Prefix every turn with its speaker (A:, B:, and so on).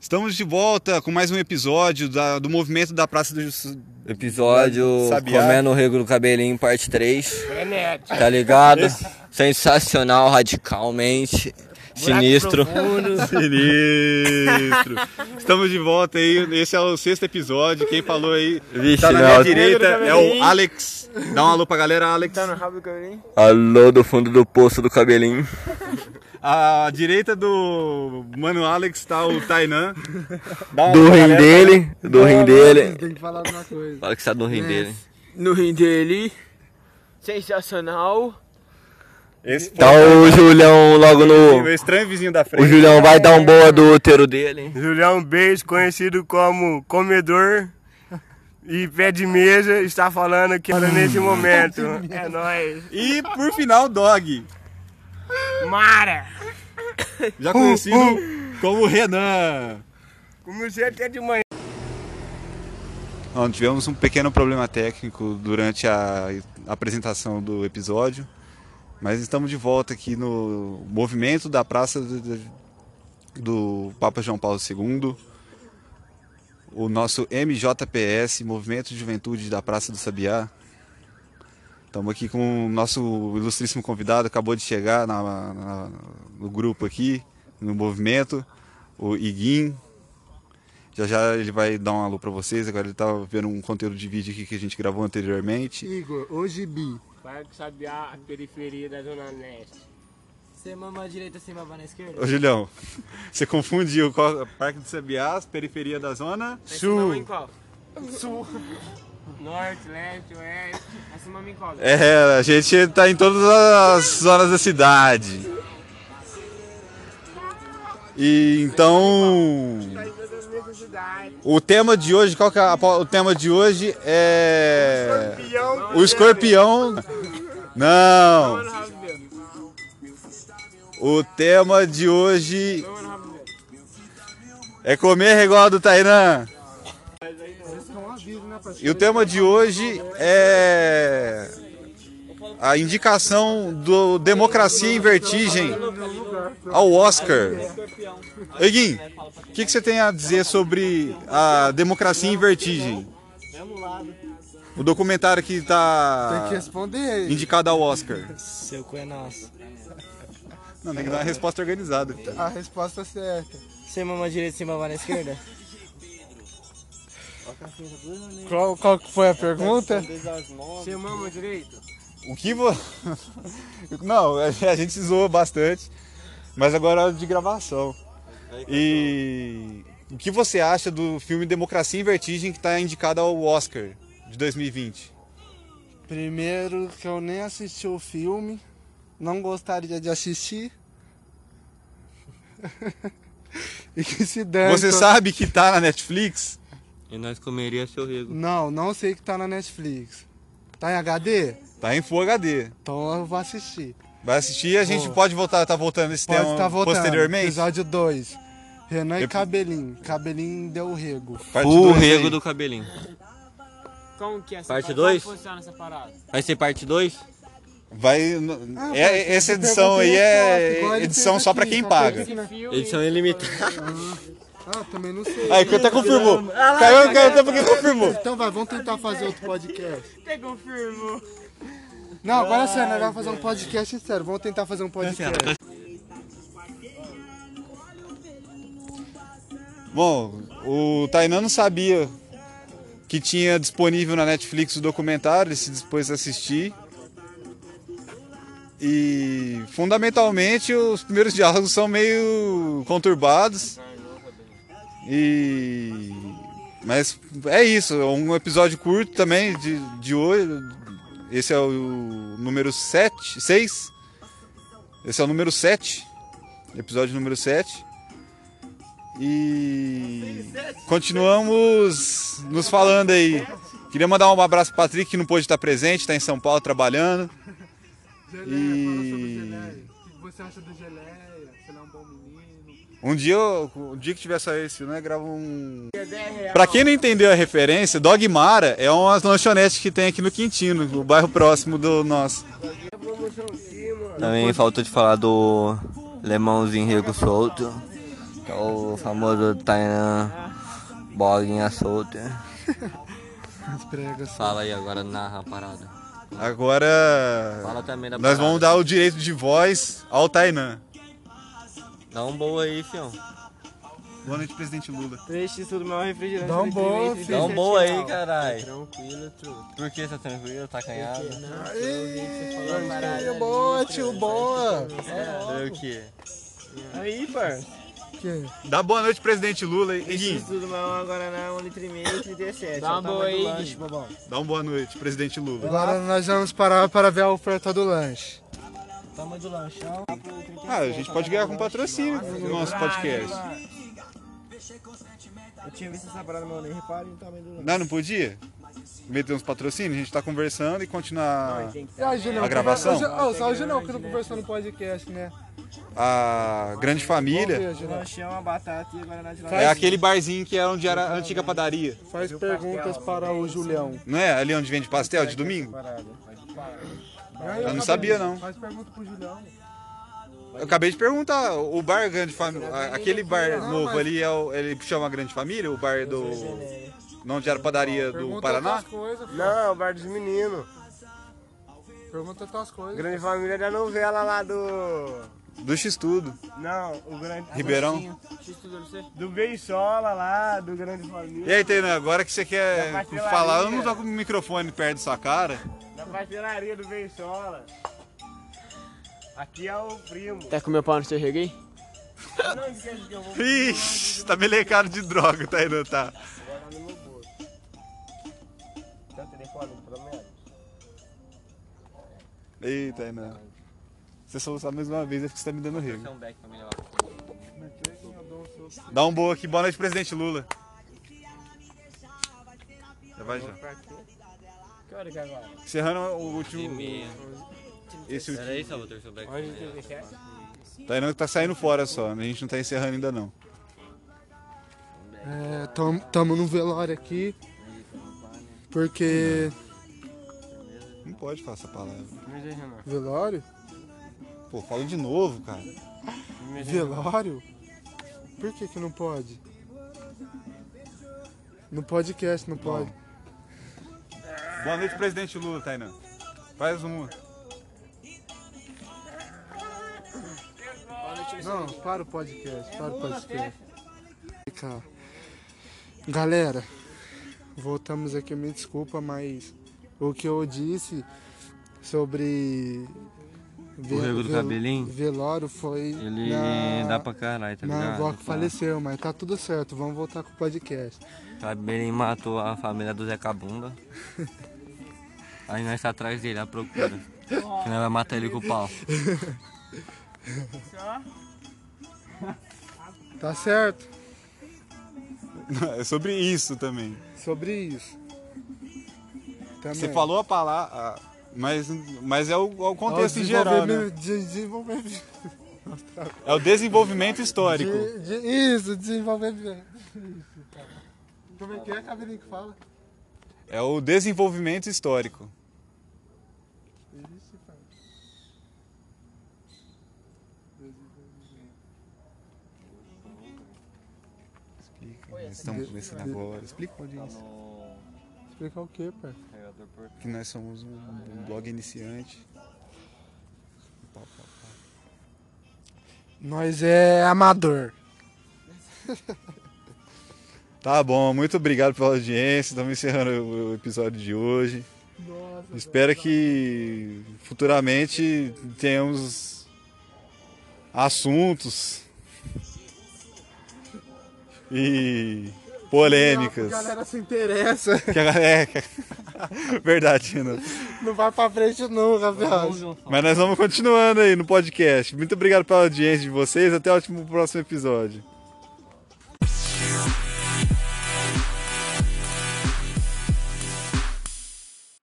A: Estamos de volta com mais um episódio da- do movimento da Praça do Jus-
B: Episódio
A: Sabiá.
B: Comendo o Rego do Cabelinho, parte 3.
C: Remédio.
B: Tá ligado? Sensacional, radicalmente. Sinistro.
A: Sinistro. Estamos de volta aí. Esse é o sexto episódio. Quem falou aí?
B: Vixe,
A: Tá na
B: meu.
A: minha direita é o Alex. Dá um alô pra galera, Alex.
C: Tá no rabo do cabelinho?
B: Alô do fundo do poço do cabelinho.
A: À direita do mano Alex tá o Tainan. Dá um
D: É,
A: alô
B: Do
A: pra
B: rim
A: galera.
B: dele, do rim dele.
D: tá Tem que falar alguma coisa. É.
B: Fala que você tá do rim dele.
C: No rim dele. Sensacional.
A: Esse foi
B: Tá o Julião logo
A: o meu
B: no.
A: estranho vizinho da frente.
B: Então, O Julião
D: tá
B: vai dar um boa do útero dele.
E: Julião Beis, conhecido como comedor e pé de mesa, está falando aqui
D: Hum.
E: nesse momento. É nóis.
A: E por final, o Dog.
E: Mara!
B: Uh,
A: Já conhecido como Renan.
E: Comecei é até de manhã.
A: Bom, tivemos um pequeno problema técnico durante a apresentação do episódio, mas estamos de volta aqui no movimento da Praça do- do- do Papa João Paulo II, o nosso MJPS, Movimento de Juventude da Praça do Sabiá. Estamos aqui com o nosso ilustríssimo convidado, acabou de chegar na- na- no grupo aqui, no movimento, o Iguin. Já já ele vai dar um alô pra vocês. Agora ele tá vendo um conteúdo de vídeo aqui que a gente gravou anteriormente.
D: Igor, hoje bi.
C: Parque Sabiá, a periferia da Zona Leste.
D: Você mama à direita, você mama na esquerda?
A: Ô Julião, você confundiu qual- Parque do Sabiá, periferia da zona.
C: Sul. em qual? Sul. Norte, leste, oeste. Essa mama em qual?
A: É, a gente tá em todas as zonas da cidade. E então. O tema de hoje, qual que é a po- o tema de hoje é. O escorpião. Não!
C: Mano, rabo dele.
A: O tema de hoje
C: Mano, rabo dele.
A: é comer igual a do Tainan.
D: Então avisa, né, parceiro?
A: E o tema de hoje é a indicação do Democracia em Vertigem ao Oscar. Eguin, o que, que você tem a dizer sobre a Democracia em Vertigem? O documentário que
D: Tem que
A: está
D: responder.
A: indicado ao Oscar.
F: Seu cu é nosso.
A: Não, tem que dar uma resposta organizada.
D: A resposta certa.
F: Você mama direita, você mama na esquerda? qual, qual que foi a pergunta?
C: Você mama direito?
A: O que vo... Não, a gente se zoou bastante, mas agora é hora de gravação. E o que você acha do filme Democracia em Vertigem que está indicado ao Oscar de 2020?
D: Primeiro que eu nem assisti o filme. Não gostaria de assistir. e que se então- dane.
A: Você
D: tô-
A: sabe que tá na Netflix?
B: E nós comeria seu rego.
D: Não, não sei que tá na Netflix. Tá em HD?
A: Tá em Full HD.
D: Então eu vou assistir.
A: Vai assistir e a gente
D: Boa.
A: pode voltar, tá voltando esse
D: Pode
A: tema
D: estar voltando.
A: posteriormente?
D: Episódio 2. Renan e
A: Epi-
D: Cabelinho. Cabelinho deu o rego.
A: Parte
B: O
A: dois aí.
B: rego do cabelinho.
C: Como que é essa
B: Parte
C: parada?
B: dois?
C: Como funciona essa parada?
B: Vai ser parte 2?
A: Vai... n-
D: Ah,
A: é-
D: pai,
A: essa
D: você
A: edição
D: perguntou
A: aí
D: no
A: é
D: chat, igual ele
A: edição
D: fez
A: só pra
D: aqui,
A: quem
D: só
A: paga.
D: fez aqui, né?
C: Filme.
B: Edição ilimitada.
D: Ah, também não sei.
A: Aí É, que até confirmou. Caiu, caiu até porque confirmou.
D: Então vai, vamos tentar fazer outro podcast.
C: Você confirmou?
D: Não, agora sério, nós vamos fazer um podcast sério. Vamos tentar fazer um podcast.
A: Bom, o Tainan não sabia que tinha disponível na Netflix o documentário, ele se dispôs a assistir. E fundamentalmente os primeiros diálogos são meio conturbados. E mas é isso, é um episódio curto também de, de hoje. Esse é o número 7, 6. Esse é o número 7. Episódio número 7. E continuamos nos falando aí. Queria mandar um abraço pro Patrick, que não pôde estar presente, está em São Paulo trabalhando. Geleia, fala sobre geleia.
D: O que você acha do Geleia? Se ele é um bom menino?
A: Um dia, eu- um dia que tiver sair esse, né, grava um...
D: é
A: Pra quem não entendeu a referência, Dogmara é umas lanchonetes que tem aqui no Quintino, o bairro próximo do nosso.
B: Também faltou de falar do lemãozinho rego solto.
G: Que é o famoso Tainan Bolinha Solta.
D: As pregas.
B: Fala aí agora, narra a parada.
A: Agora
B: Fala também da
A: nós
B: parada.
A: vamos dar o direito de voz ao Tainan.
B: Dá um boa aí, fião.
A: Boa noite, presidente Lula.
C: Três x tudo meu refrigerante.
D: Dá um bom,
B: Dá um
C: refrigerante, refrigerante
B: boa aí,
C: natural.
B: caralho.
C: Tranquilo, truco.
B: Por que tá tranquilo? Tá canhado?
D: Ei, boa, tio, boa.
B: Sei o quê?
C: Aí, par.
A: Dá boa noite, presidente Lula. hein? Iguinho,
C: Tudo mal agora na 1 litro e tá meio, 37. Dá uma boa aí.
A: dá uma boa noite, presidente Lula.
D: Agora nós vamos parar para ver a oferta do lanche.
F: Toma do lanchão.
A: Ah, a gente pode ganhar com patrocínio no nosso podcast.
F: Eu tinha visto essa parada, mas eu nem reparei no tamanho do lanche.
A: Não, não podia? Meter uns patrocínios, a gente tá conversando e continuar
D: Ah, Junão,
A: A gravação?
D: que- Ah, só o Junão que não conversou no podcast, né?
A: a grande família.
D: Vamos ver, Junão.
C: Lanchão, a batata e agora na de
A: É aquele barzinho que era onde era a antiga padaria.
D: Faz perguntas para o Julião.
A: Não é? Ali onde vende pastel de domingo? Eu não sabia, não.
D: Faz pergunta pro Julião.
A: Eu acabei de perguntar, o bar Grande Família, aquele bar novo ali, é o- ele chama Grande Família, o bar do... Não, onde era a padaria do
D: Pergunta
A: Paraná?
D: outras coisas, pô.
E: Não, o bar dos meninos.
D: Pergunta outras coisas.
E: Grande família da novela lá do.
A: Do X-Tudo,
E: Não, o grande.
A: Ribeirão.
E: Do Beisola lá, do Grande Família.
A: E aí, Tainan, agora que você quer
E: Da pastelaria.
A: falar, eu não tô com o microfone perto da sua cara.
D: É.
E: Da pastelaria do Beisola. Aqui é o primo.
C: Tá com meu pau no seu reggae?
A: Ixi, tá melecado de droga, Tainan, tá?
E: Tá telefone, pelo menos.
A: Eita, Tainan. Se eu soluçar mais uma vez, é porque você tá me dando rio.
B: um back pra me levar.
A: Dá um boa aqui, boa noite, presidente Lula. Já vai já. Encerrando o último. Esse último.
B: Peraí, Salvador, seu back.
C: é.
A: Tainan que tá saindo fora só, a gente não tá encerrando ainda não.
D: É, tam- tamo no velório aqui. Porque.
A: Não pode falar essa palavra.
D: Velório?
A: Pô, fala de novo, cara.
D: Velório? Por que que não pode? No podcast não pode.
A: Boa noite, presidente Lula, Tainan. Faz uma.
D: Não, para o podcast, para o podcast. Fica. Galera, voltamos aqui, me desculpa, mas o que eu disse sobre ve-
B: rego do
D: vel-
B: cabelinho?
D: velório foi
B: Ele
D: na,
B: dá pra caralho, tá
D: na
B: ligado?
D: avó que
B: Pá.
D: faleceu, mas tá tudo certo, vamos voltar com o podcast.
B: Cabelinho Tá matou a família do Zeca Bunda. Aí nós tá atrás dele, à procura. Que nós vai matar ele com o pau.
D: Tá certo?
A: É sobre isso também.
D: Sobre isso. Também.
A: Você falou a palavra, mas, mas é o, é o
D: Ó,
A: contexto em geral, né?
D: desenvolvimento- de- desenvolvimento-
A: É o desenvolvimento histórico.
D: de- de- isso, desenvolvimento. Isso, cara. Como é que é, cabelinho que fala?
A: É o desenvolvimento histórico.
D: Existe, cara.
A: Explica. Nós estamos começando agora. Explica onde é isso.
D: Explicar o quê, pai?
A: Que nós somos um, um blog iniciante. Pau, pau.
D: Nós é amador.
A: Tá bom, muito obrigado pela audiência. Estamos encerrando o- o episódio de hoje.
D: Nossa.
A: Espero que futuramente tenhamos assuntos e polêmicas.
D: A galera se interessa.
A: Que a galera... Verdade, Renan.
D: Não vai pra frente nunca, velho.
A: Mas nós vamos continuando aí no podcast. Muito obrigado pela audiência de vocês. Até o último próximo episódio.